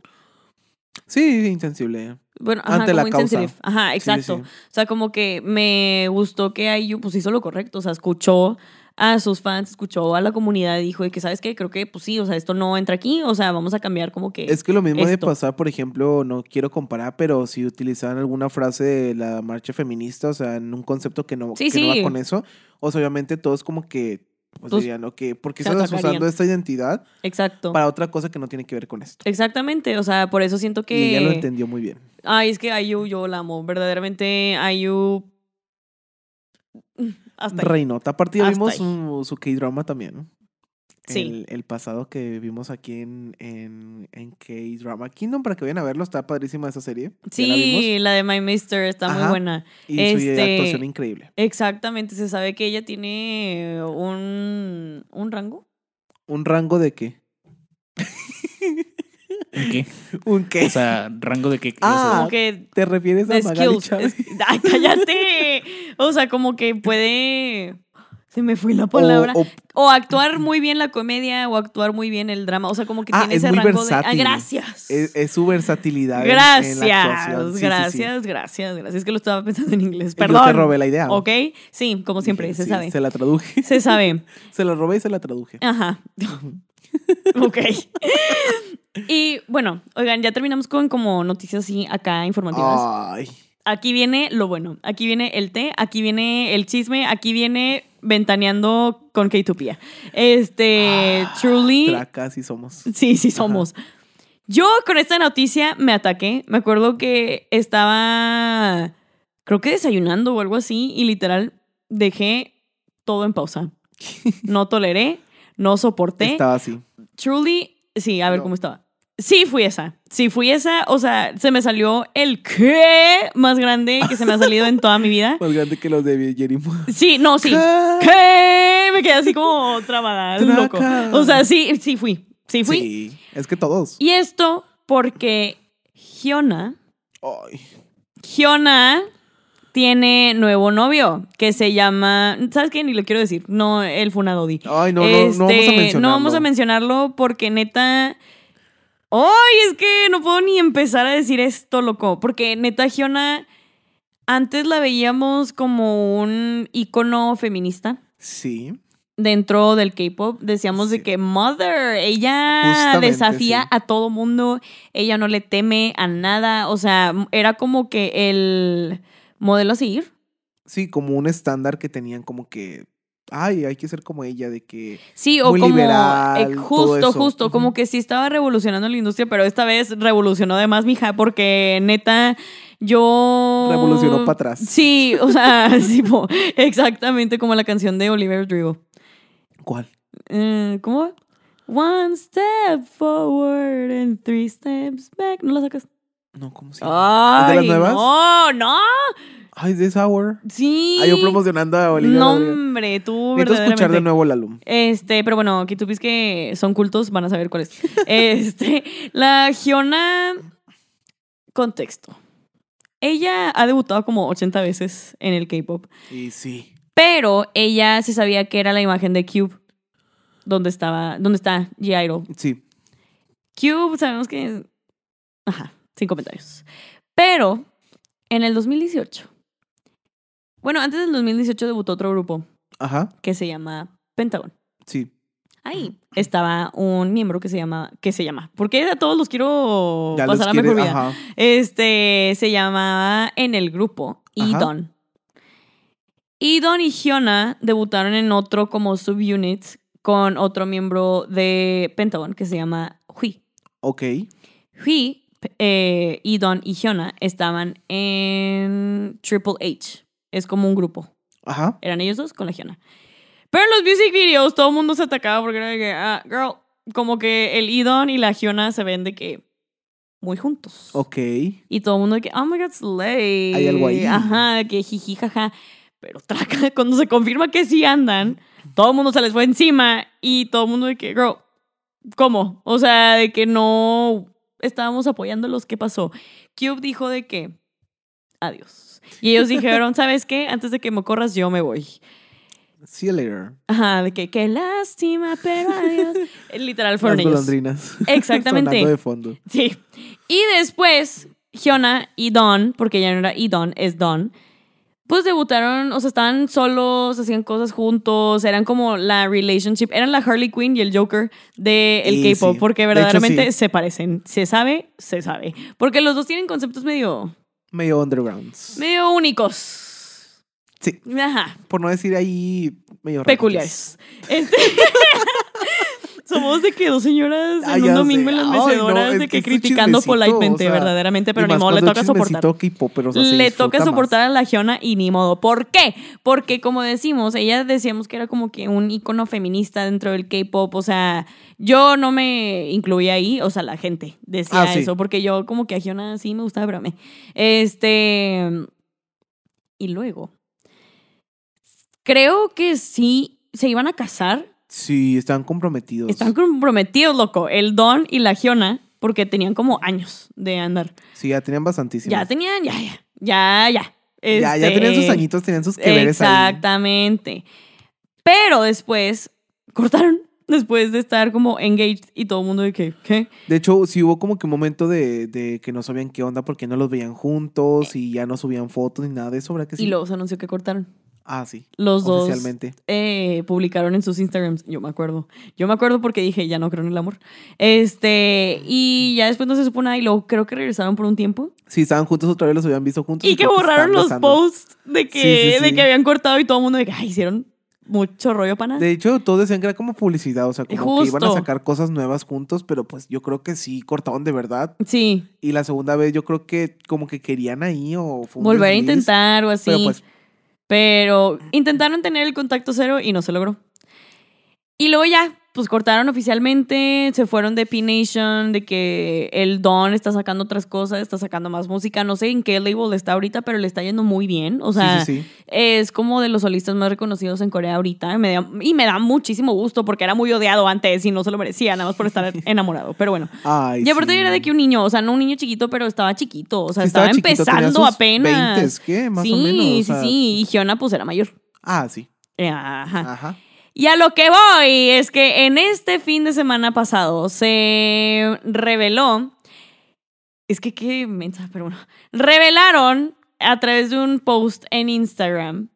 Sí, insensible. Bueno, ajá, Ante la como causa. insensitive. Ajá, Sí, sí, exacto. sí. O sea, como que me gustó que Ayu pues hizo lo correcto, o sea, escuchó a sus fans, escuchó a la comunidad, dijo de que, ¿sabes qué? Creo que pues sí, o sea, esto no entra aquí, o sea, vamos a cambiar como que... Es que lo mismo de esto. pasar, por ejemplo, no quiero comparar, pero si utilizaban alguna frase de la marcha feminista, o sea, en un concepto que no, Sí, que no sí. va con eso, o sea, obviamente todos como que pues, Pues, dirían, ok, ¿por qué se estás atacarían. usando esta identidad Exacto. para otra cosa que no tiene que ver con esto? Exactamente, o sea, por eso siento que... Y ella lo entendió muy bien. Ay, es que Ayu yo la amo, verdaderamente Ayu... *laughs* Hasta ahí. Reinota. Aparte, ya Hasta vimos ahí. su, su K-drama también. ¿no? Sí. El, el pasado que vimos aquí en, en, en K-drama Kingdom, para que vayan a verlo, está padrísima esa serie. ya la vimos. Sí, la de My Mister está muy Ajá. buena. Y su este- actuación increíble. Exactamente, se sabe que ella tiene un, un rango. ¿Un rango de qué? ¿En qué? ¿Un qué? O sea, rango de qué. Ah, Como que ¿Te refieres a de Magali skills. Chávez? es- *laughs* *laughs* ¡Ay, cállate! O sea, como que puede. Se me fue la O- palabra. o- O, actuar muy bien la comedia, o actuar muy bien el drama. O sea, como que Ah, tiene es ese muy rango versátil. de. Ah, gracias. es, es su versatilidad. en- en la gracias, actuación. Sí, sí, sí. gracias, gracias, gracias. Es que lo estaba pensando en inglés. Yo Perdón. te robé la idea. ¿Ok? Sí, como siempre, Dije, se sí, sabe. Se la traduje. *laughs* Se sabe. Se la robé y se la traduje. *laughs* Ajá. ok. *laughs* y bueno, oigan, ya terminamos con como noticias así acá informativas. Ay. Aquí viene lo bueno. Aquí viene el té, aquí viene el chisme, aquí viene ventaneando con K2Pia. Este, truly. Tracas y somos. Sí, sí somos. Yo con esta noticia me ataqué. Me acuerdo que estaba, creo que desayunando o algo así, y literal dejé todo en pausa. No toleré, no soporté. Estaba así. Truly, sí, a ver No. cómo estaba. Sí, fui esa. Sí, fui esa. O sea, se me salió el qué más grande que se me ha salido en toda mi *laughs* vida. Más grande que los de Jerimo. Sí, *laughs* no, sí. Ah, ¿Qué? Me quedé así como trabada, loco. Traca. O sea, sí, sí fui. Sí fui. Sí, es que todos. Y esto porque Giona, Ay. Giona tiene nuevo novio que se llama, ¿sabes qué? Ni lo quiero decir, no el Funadodi. Ay, no, no, no vamos a Este, mencionarlo. no vamos a mencionarlo porque neta. ¡Ay! es que no puedo ni empezar a decir esto, loco. Porque neta, Giona. Antes la veíamos como un icono feminista Sí. dentro del K-pop. Decíamos Sí. de que Mother, ella Justamente, desafía sí. a todo mundo. Ella no le teme a nada. O sea, era como que el modelo a seguir. Sí, como un estándar que tenían como que. Ay, hay que ser como ella, de que. Sí, o Muy como liberal, eh, todo eso. justo, justo, como que sí estaba revolucionando la industria, pero esta vez revolucionó de más, mija, porque neta yo Revolucionó para atrás. Sí, o sea, *laughs* sí, po, exactamente como la canción de Oliver Drigo. ¿Cuál? Eh, ¿Cómo? va? One step forward and three steps back. ¿No la sacas? No, ¿cómo se llama? Ay, ¿Es de las nuevas? No, no. Ah. Ay, This Hour. Sí. Ay, yo promocionando a Olivia. No, Rodrigo. hombre, tú Necesito escuchar de verdaderamente. nuevo el álbum. Este, pero bueno, que tú ves que son cultos, van a saber cuáles. Este, la Giona. Contexto. Ella ha debutado como 80 veces en el K-pop, Y sí. pero ella se sabía que era la imagen de Cube, donde estaba, donde está G-Idol. Sí. Cube, sabemos que. es- Ajá, sin comentarios. Pero, en el 2018. Bueno, antes del 2018 debutó otro grupo Ajá. que se llama Pentagon. Sí. ahí estaba un miembro que se llama, que se llama, porque a todos los quiero Ya los pasar a quiere- mejor vida. ajá. Este se llamaba en el grupo Ajá. Idon. Idon y Giona debutaron en otro como subunit con otro miembro de Pentagon que se llama Hui. Ok. Hui, eh, Idon y Giona estaban en Triple H. Es como un grupo. Ajá. Eran ellos dos con la Giona. Pero en los music videos todo el mundo se atacaba porque era de que, ah, girl, como que el Idon y la Giona se ven de que muy juntos. Ok. Y todo el mundo de que, oh my god, Slay. Hay algo ahí. Ajá, de que jiji, jaja. Pero traca, *laughs* cuando se confirma que sí andan, todo el mundo se les fue encima y todo el mundo de que, girl, ¿cómo? O sea, de que no estábamos apoyando los que pasó. Cube dijo de que, adiós. Y ellos dijeron, *laughs* ¿sabes qué? Antes de que me corras, yo me voy. See you later. Ajá, de que, qué lástima, *laughs* pero adiós. Eh, Literal fueron Las ellos. golondrinas. *laughs* Sonando de Exactamente. fondo. Sí. Y después, Giona y Don, porque ya no era y Don, es Don, pues debutaron, o sea, estaban solos, hacían cosas juntos, eran como la relationship, eran la Harley Quinn y el Joker del el Y K-pop, sí. porque De hecho, verdaderamente sí. se parecen. Se sabe, se sabe. Porque los dos tienen conceptos medio, Medio undergrounds. medio únicos. Sí. Ajá Por no decir ahí medio raritos. peculiares. Este- *laughs* Somos de que dos señoras Ah, en ya un domingo sé. en las Ay, no, mecedoras es de que que es un criticando chismecito, politemente, o sea, verdaderamente, pero Y ni más modo, le cuando toca es soportar. chismecito K-popero, o sea, se le disfruta toca más. soportar a la Giona y ni modo. ¿Por qué? Porque, como decimos, ella decíamos que era como que un icono feminista dentro del K-pop. O sea, yo no me incluía ahí, o sea, la gente decía Ah, sí. eso, porque yo, como que a Giona sí me gustaba, pero me. Este. Y luego. Creo que sí se iban a casar. Sí, están comprometidos. Están comprometidos, loco. El Don y la Giona, porque tenían como años de andar. Sí, ya tenían bastantísimos. Ya tenían, ya, ya, ya, ya, ya. ya Este, tenían sus añitos, tenían sus *laughs* que veres ahí. Exactamente. Pero después cortaron. *laughs* Después de estar como engaged y todo el mundo de que, ¿qué? De hecho, sí hubo como que un momento de, de que no sabían qué onda porque no los veían juntos y ya no subían fotos ni nada de eso, ¿verdad que sí? Eh. Y luego se anunció que cortaron. Ah, sí. Los dos Oficialmente. eh, publicaron en sus Instagrams. Yo me acuerdo. Yo me acuerdo porque dije, ya no creo en el amor. Este, y ya después no se supo nada. Y luego creo que regresaron por un tiempo. Sí, estaban juntos otra vez, los habían visto juntos. Y que creo borraron estaban los besando. posts de que, Sí, sí, de sí. que habían cortado y todo el mundo de que, ay, hicieron mucho rollo para nada. De hecho, todos decían que era como publicidad, o sea, como que iban a Justo. sacar cosas nuevas juntos, pero pues yo creo que sí cortaron de verdad. sí. Y la segunda vez yo creo que como que querían ahí o fue un volver a desliz, intentar o así. Pero Pero, pues intentaron tener el contacto cero y no se logró. Y luego ya, pues cortaron oficialmente, se fueron de P-Nation, de que el Don está sacando otras cosas, está sacando más música. No sé en qué label está ahorita, pero le está yendo muy bien. O sea, sí, sí, sí. es como de los solistas más reconocidos en Corea ahorita. Me da- y me da muchísimo gusto porque era muy odiado antes y no se lo merecía, nada más *laughs* por estar enamorado. Pero bueno. Ay, Y aparte sí. era de que un niño, o sea, no un niño chiquito, pero estaba chiquito. O sea, Sí, estaba, chiquito, tenía empezando sus apenas. 20s, ¿qué? Más sí, o menos. o sí, sea, sí. Y Giona, pues era mayor. Ah, sí. Eh, Ajá. Ajá. Y a lo que voy es que en este fin de semana pasado se reveló. Es que qué mensa, pero bueno. Revelaron a través de un post en Instagram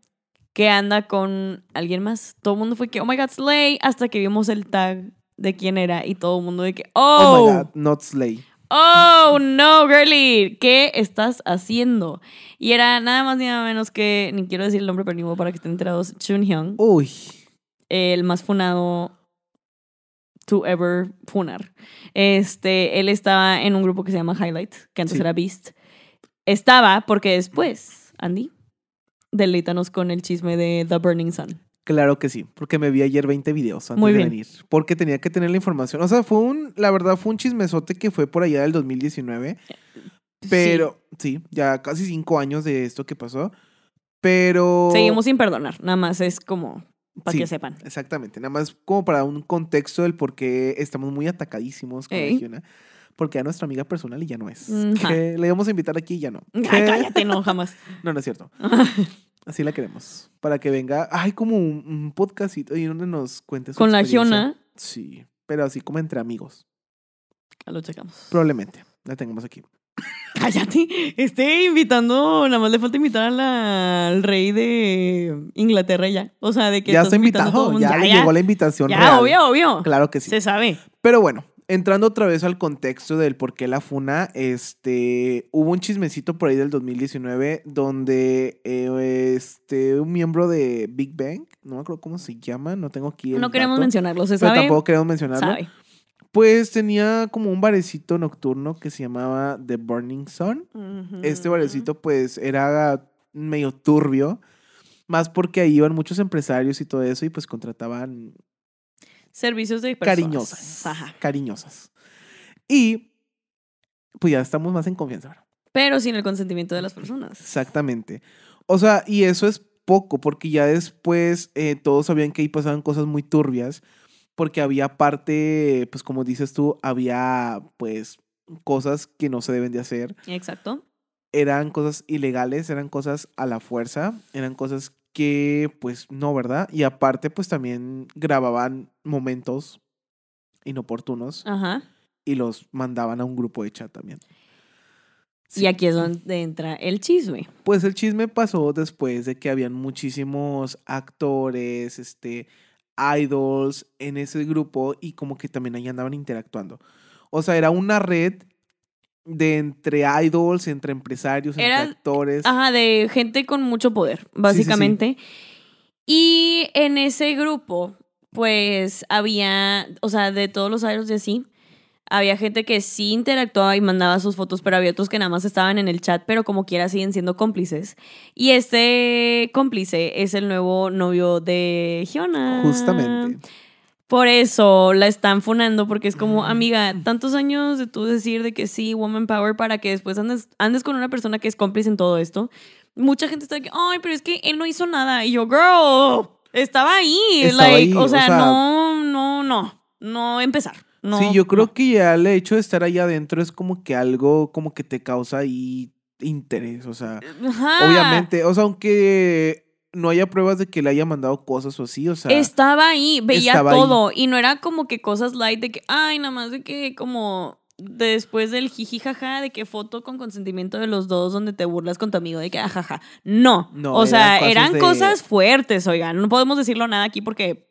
que anda con alguien más. Todo el mundo fue que, oh my god, Slay, hasta que vimos el tag de quién era y todo el mundo de que, Oh, oh, my God, not Slay. Oh, no, girly, ¿qué estás haciendo? Y era nada más ni nada menos que, ni quiero decir el nombre, pero ni modo para que estén enterados, Chunhyun, Uy. el más funado to ever funar. Este, él estaba en un grupo que se llama Highlight, que antes Sí. era Beast. Estaba porque después, Andy, deleítanos con el chisme de The Burning Sun. Claro que sí, porque me vi ayer 20 videos antes Muy de bien. venir, porque tenía que tener la información. O sea, fue un, la verdad fue un chismesote que fue por allá del 2019, pero sí, ya casi cinco años de esto que pasó, pero Sí, seguimos sin perdonar, nada más es como para Sí. que sepan. exactamente, nada más como para un contexto del por qué estamos muy atacadísimos con la Ey. Giona, porque a nuestra amiga personal y ya no es. Ujú. Que le íbamos a invitar aquí y ya no. Ay, cállate, no, jamás. No, no es *laughs* cierto. Así la queremos. Para que venga, ay, como un, un podcastito y donde nos cuentes. Con la Giona. Sí, pero así como entre amigos. Lo checamos. Probablemente. La tengamos aquí. Cállate. Este invitando, nada más le falta invitar a la- al rey de Inglaterra ya. O sea, de que. Ya estás está invitando a todo el invitado, mundo. ya, le llegó la invitación Ya, real. obvio, obvio. Claro que sí. Se sabe. Pero bueno, entrando otra vez al contexto del por qué la funa, este, hubo un chismecito por ahí del 2019 donde eh, este, un miembro de Big Bang, no me acuerdo cómo se llama, no tengo aquí el No queremos dato, mencionarlo, se Pero sabe. tampoco queremos mencionarlo. sabe. Pues tenía como un barecito nocturno que se llamaba The Burning Sun. Mm. Este barecito pues era medio turbio, más porque ahí iban muchos empresarios y todo eso y pues contrataban Servicios de personas. cariñosas. Ajá. Cariñosas. Y pues ya estamos más en confianza ahora. Pero sin el consentimiento de las personas. Exactamente. O sea, y eso es poco, porque ya después eh, todos sabían que ahí pasaban cosas muy turbias, porque había parte, pues como dices tú, había pues cosas que no se deben de hacer, Exacto. eran cosas ilegales, eran cosas a la fuerza, eran cosas que pues no, ¿verdad? Y aparte pues también grababan momentos inoportunos Ajá. y los mandaban a un grupo de chat también. Sí. Y aquí es donde entra el chisme. Pues el chisme pasó después de que habían muchísimos actores, este, idols en ese grupo y como que también ahí andaban interactuando. O sea, era una red de entre idols, entre empresarios, Era- entre actores. Ajá, de gente con mucho poder, básicamente. Y en ese grupo, pues había, o sea, de todos los años de así, había gente que sí interactuaba y mandaba sus fotos, pero había otros que nada más estaban en el chat, pero como quiera siguen siendo cómplices. Y este cómplice es el nuevo novio de Giona. Justamente. Por eso la están funando, porque es como, Mm. amiga, tantos años de tú decir de que sí, woman power, para que después andes, andes con una persona que es cómplice en todo esto. Mucha gente está de que, ay, pero es que él no hizo nada. Y yo, girl, estaba ahí. Estaba like, ahí, o, o sea, sea- no, no, no. No empezar. No, sí, yo creo no. que ya el hecho de estar ahí adentro es como que algo como que te causa ahí interés, o sea, Ajá. obviamente, o sea, aunque no haya pruebas de que le haya mandado cosas o así, o sea, estaba ahí, veía estaba todo. Y no era como que cosas light de que, ay, nada más de que como después del jiji jaja, de que foto con consentimiento de los dos donde te burlas con tu amigo de que ajaja. No. No, o sea, eran eran cosas de- cosas fuertes, oigan. No podemos decirlo nada aquí porque.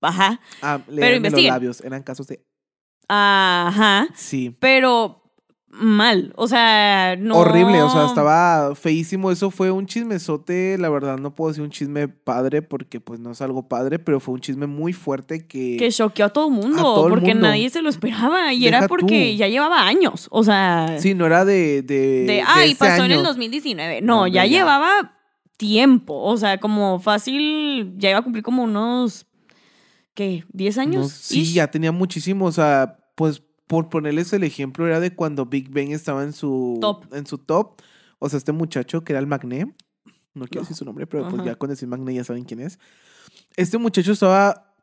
Ajá. ah, léanme los investiguen. labios, eran casos de Ajá. sí. Pero mal. O sea, no. Horrible, o sea, estaba feísimo. Eso fue un chismesote, la verdad no puedo decir un chisme padre porque pues no es algo padre, pero fue un chisme muy fuerte que... Que choqueó a todo el mundo, todo el porque mundo. nadie se lo esperaba. Y era Deja porque tú. ya llevaba años. O sea. Sí, no era de... De, de, de ay, ese pasó en el año". 2019. No, Hombre, ya, ya. llevaba tiempo, o sea, como fácil, ya iba a cumplir como unos, ¿qué? ¿10 años? No, sí, Ish. ya tenía muchísimo, o sea, pues por ponerles el ejemplo, era de cuando Big Bang estaba en su Top. En su top. O sea, este muchacho que era el Magné, no quiero No. decir su nombre, pero pues Ajá. ya con decir Magné ya saben quién es. Este muchacho estaba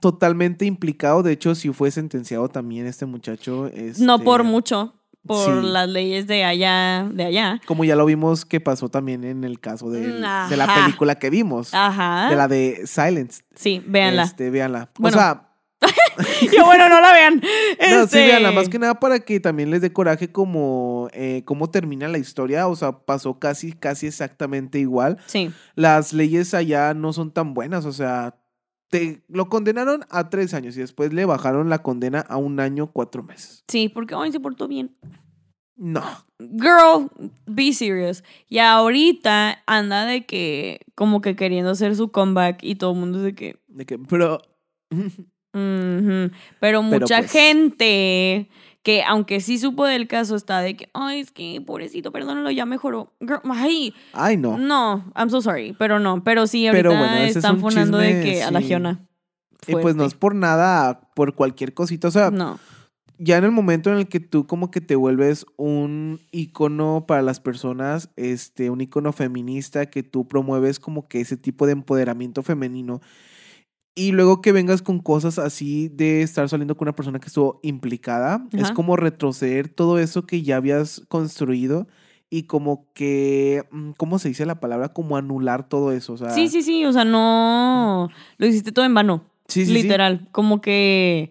totalmente implicado, de hecho, si fue sentenciado también este muchacho. No este, por mucho, por sí. las leyes de allá, de allá. Como ya lo vimos que pasó también en el caso del- de la Ajá. película que vimos, Ajá. de la de Silence. Sí, véanla. Este, véanla. Bueno, o sea, *laughs* Yo, bueno, no la vean. *laughs* No, sí, Este, véanla, más que nada para que también les dé coraje como eh, cómo termina la historia. O sea, pasó casi, casi exactamente igual. Sí, Las leyes allá no son tan buenas. O sea, te lo condenaron a tres años y después le bajaron la condena a un año, cuatro meses. sí, porque hoy se portó bien. No. Girl, be serious. Y ahorita anda de que, como que queriendo hacer su comeback y todo el mundo es de que, De que, pero. Ujú. Pero mucha pues. gente que, aunque sí supo del caso, está de que, ay, es que pobrecito, perdónalo, ya mejoró. Girl, ay, Ay, no. no. I'm so sorry, pero no. Pero sí, ahorita Pero bueno, ese es están un fonando de chisme, que a la sí. Giona. Y pues no es por nada, por cualquier cosita. O sea, No. ya en el momento en el que tú como que te vuelves un icono para las personas, este, un icono feminista, que tú promueves como que ese tipo de empoderamiento femenino, y luego que vengas con cosas así de estar saliendo con una persona que estuvo implicada, es Ajá. como retroceder todo eso que ya habías construido y como que, mm, ¿cómo se dice la palabra? Como anular todo eso, o sea... Sí, sí, sí, o sea, no. Lo hiciste todo en vano. sí, sí, sí. literal. Como que.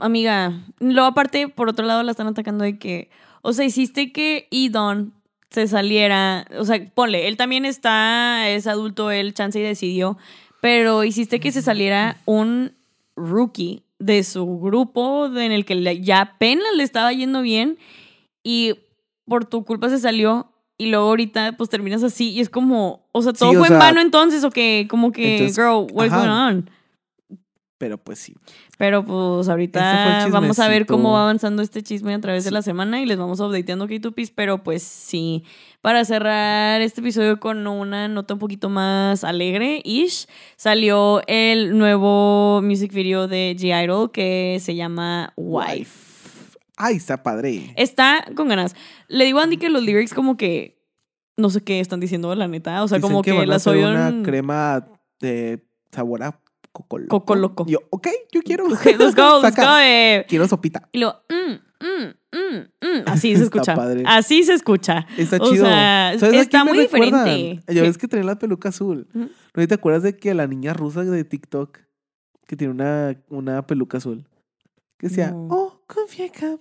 Amiga. Luego, aparte, por otro lado, la están atacando de que. O sea, hiciste que Idon se saliera. O sea, ponle, él también está, es adulto, él chance y decidió. Pero hiciste que se saliera un rookie de su grupo de- en el que le- ya apenas le estaba yendo bien y por tu culpa se salió y luego ahorita pues terminas así y es como, o sea, todo Sí, o fue en sea, vano entonces o que como que, entonces, girl, what's ajá. going on? Pero pues sí. Pero pues Ese ahorita fue el vamos a ver chismecito. cómo va avanzando este chisme a través de la semana y les vamos updateando K2Ps, pero pues sí, para cerrar este episodio con una nota un poquito más alegre, ish, salió el nuevo music video de G-Idol que se llama Wife. Ay, está padre. Está con ganas. Le digo a Andy que los lyrics como que no sé qué están diciendo la neta, o sea, Dicen como que, van a las hacer una oyeron- crema de sabor a coco loco. Coco loco. Yo, ok, yo quiero. Ok, *laughs* let's *laughs* go, let's Saca. go, eh. Quiero sopita. Y luego, mm, mm, mm, *laughs* mm. Así se Está escucha. padre. Así se escucha. Está O chido. sea, a está quién me muy recuerdan? diferente. Ya ¿Qué? ves que tenía la peluca azul. Ujú. ¿No te acuerdas de que la niña rusa de TikTok que tiene una, una peluca azul? Que decía, No. oh, confieca.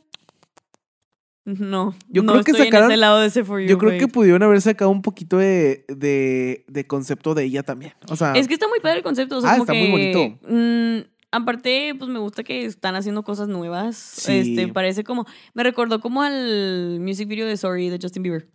No. Yo no creo que estoy sacaron- En ese lado de ese For You, Yo creo que güey. pudieron haber sacado un poquito de, de, de concepto de ella también. O sea, Es que está muy padre el concepto. O sea, Ah, como está que, muy bonito. mm, aparte, pues me gusta que están haciendo cosas nuevas. Sí. Este, parece como. Me recordó como al music video de Sorry de Justin Bieber.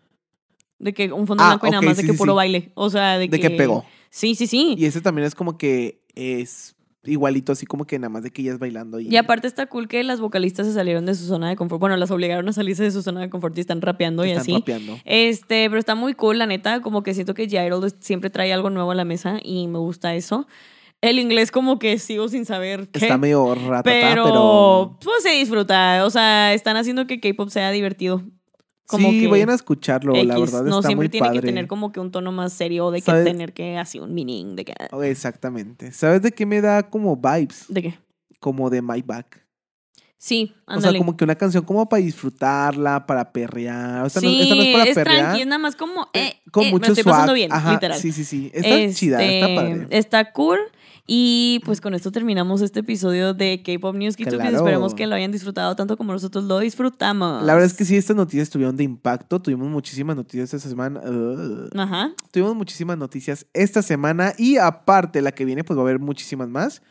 De que un fondo Ah, blanco y nada ok, más, sí, de que sí, puro sí. baile. O sea, de, de que pegó. Sí, sí, sí. Y ese también es como que es igualito, así como que nada más de que ella es bailando. Y, Y aparte está cool que las vocalistas se salieron de su zona de confort. Bueno, las obligaron a salirse de su zona de confort y están rapeando y están así. rapeando. Este, pero está muy cool, la neta. Como que siento que Jairo siempre trae algo nuevo a la mesa y me gusta eso. El inglés como que sigo sin saber qué. Está medio ratata, pero, pero... pues se disfruta. O sea, están haciendo que K-pop sea divertido. Como sí, que vayan a escucharlo, la X. verdad no está siempre muy tiene padre. que tener como que un tono más serio de que ¿Sabes? tener que así un meaning de que Oh, Exactamente. ¿Sabes de qué me da como vibes? de qué. Como de My Back. Sí, O sea, ándale. como que una canción como para disfrutarla, para perrear. O sea, no, sí, esta no es para es perrear. tranqui, es nada más como, eh, con eh, mucho me estoy pasando swag. bien, Ajá, literal. Sí, sí, sí. Está chida, está Este, padre. Está cool. Y pues con esto terminamos este episodio de K-Pop News. Kitupis. Claro. Esperemos que lo hayan disfrutado tanto como nosotros lo disfrutamos. La verdad es que sí, estas noticias tuvieron de impacto. Tuvimos muchísimas noticias esta semana. Ugh. Ajá. Tuvimos muchísimas noticias esta semana y aparte la que viene pues va a haber muchísimas más.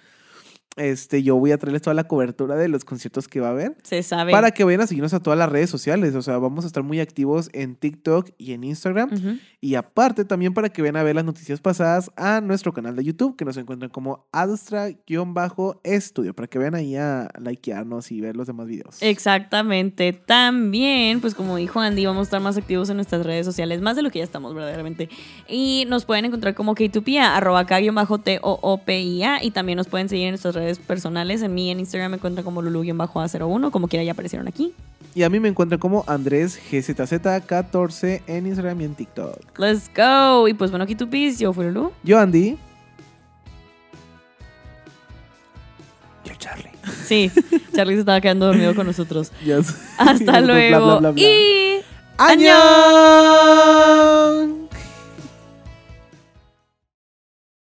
Este, yo voy a traerles toda la cobertura de los conciertos que va a haber Se sabe. para que vayan a seguirnos a todas las redes sociales. O sea, vamos a estar muy activos en TikTok y en Instagram. Ujú. Y aparte también para que vayan a ver las noticias pasadas a nuestro canal de YouTube, que nos encuentran como Adustra-Estudio, para que vayan ahí a likearnos y ver los demás videos. Exactamente. También, pues como dijo Andy, vamos a estar más activos en nuestras redes sociales, más de lo que ya estamos verdaderamente. Y nos pueden encontrar como K2Pia, arroba K-T-O-O-P-I-A. Y también nos pueden seguir en nuestras redes personales. En mí en Instagram me encuentran como Lulu-A01, como quiera ya aparecieron aquí. Y a mí me encuentran como Andrés GZZ14 en Instagram y en TikTok. Let's go. Y pues bueno, K2Ps, yo fui Lulu. Yo Andy. Yo Charlie. Sí, Charlie se estaba quedando dormido con *laughs* nosotros. Yes. Hasta *laughs* Bla, bla, luego. bla, bla, bla. Y... ¡Añón!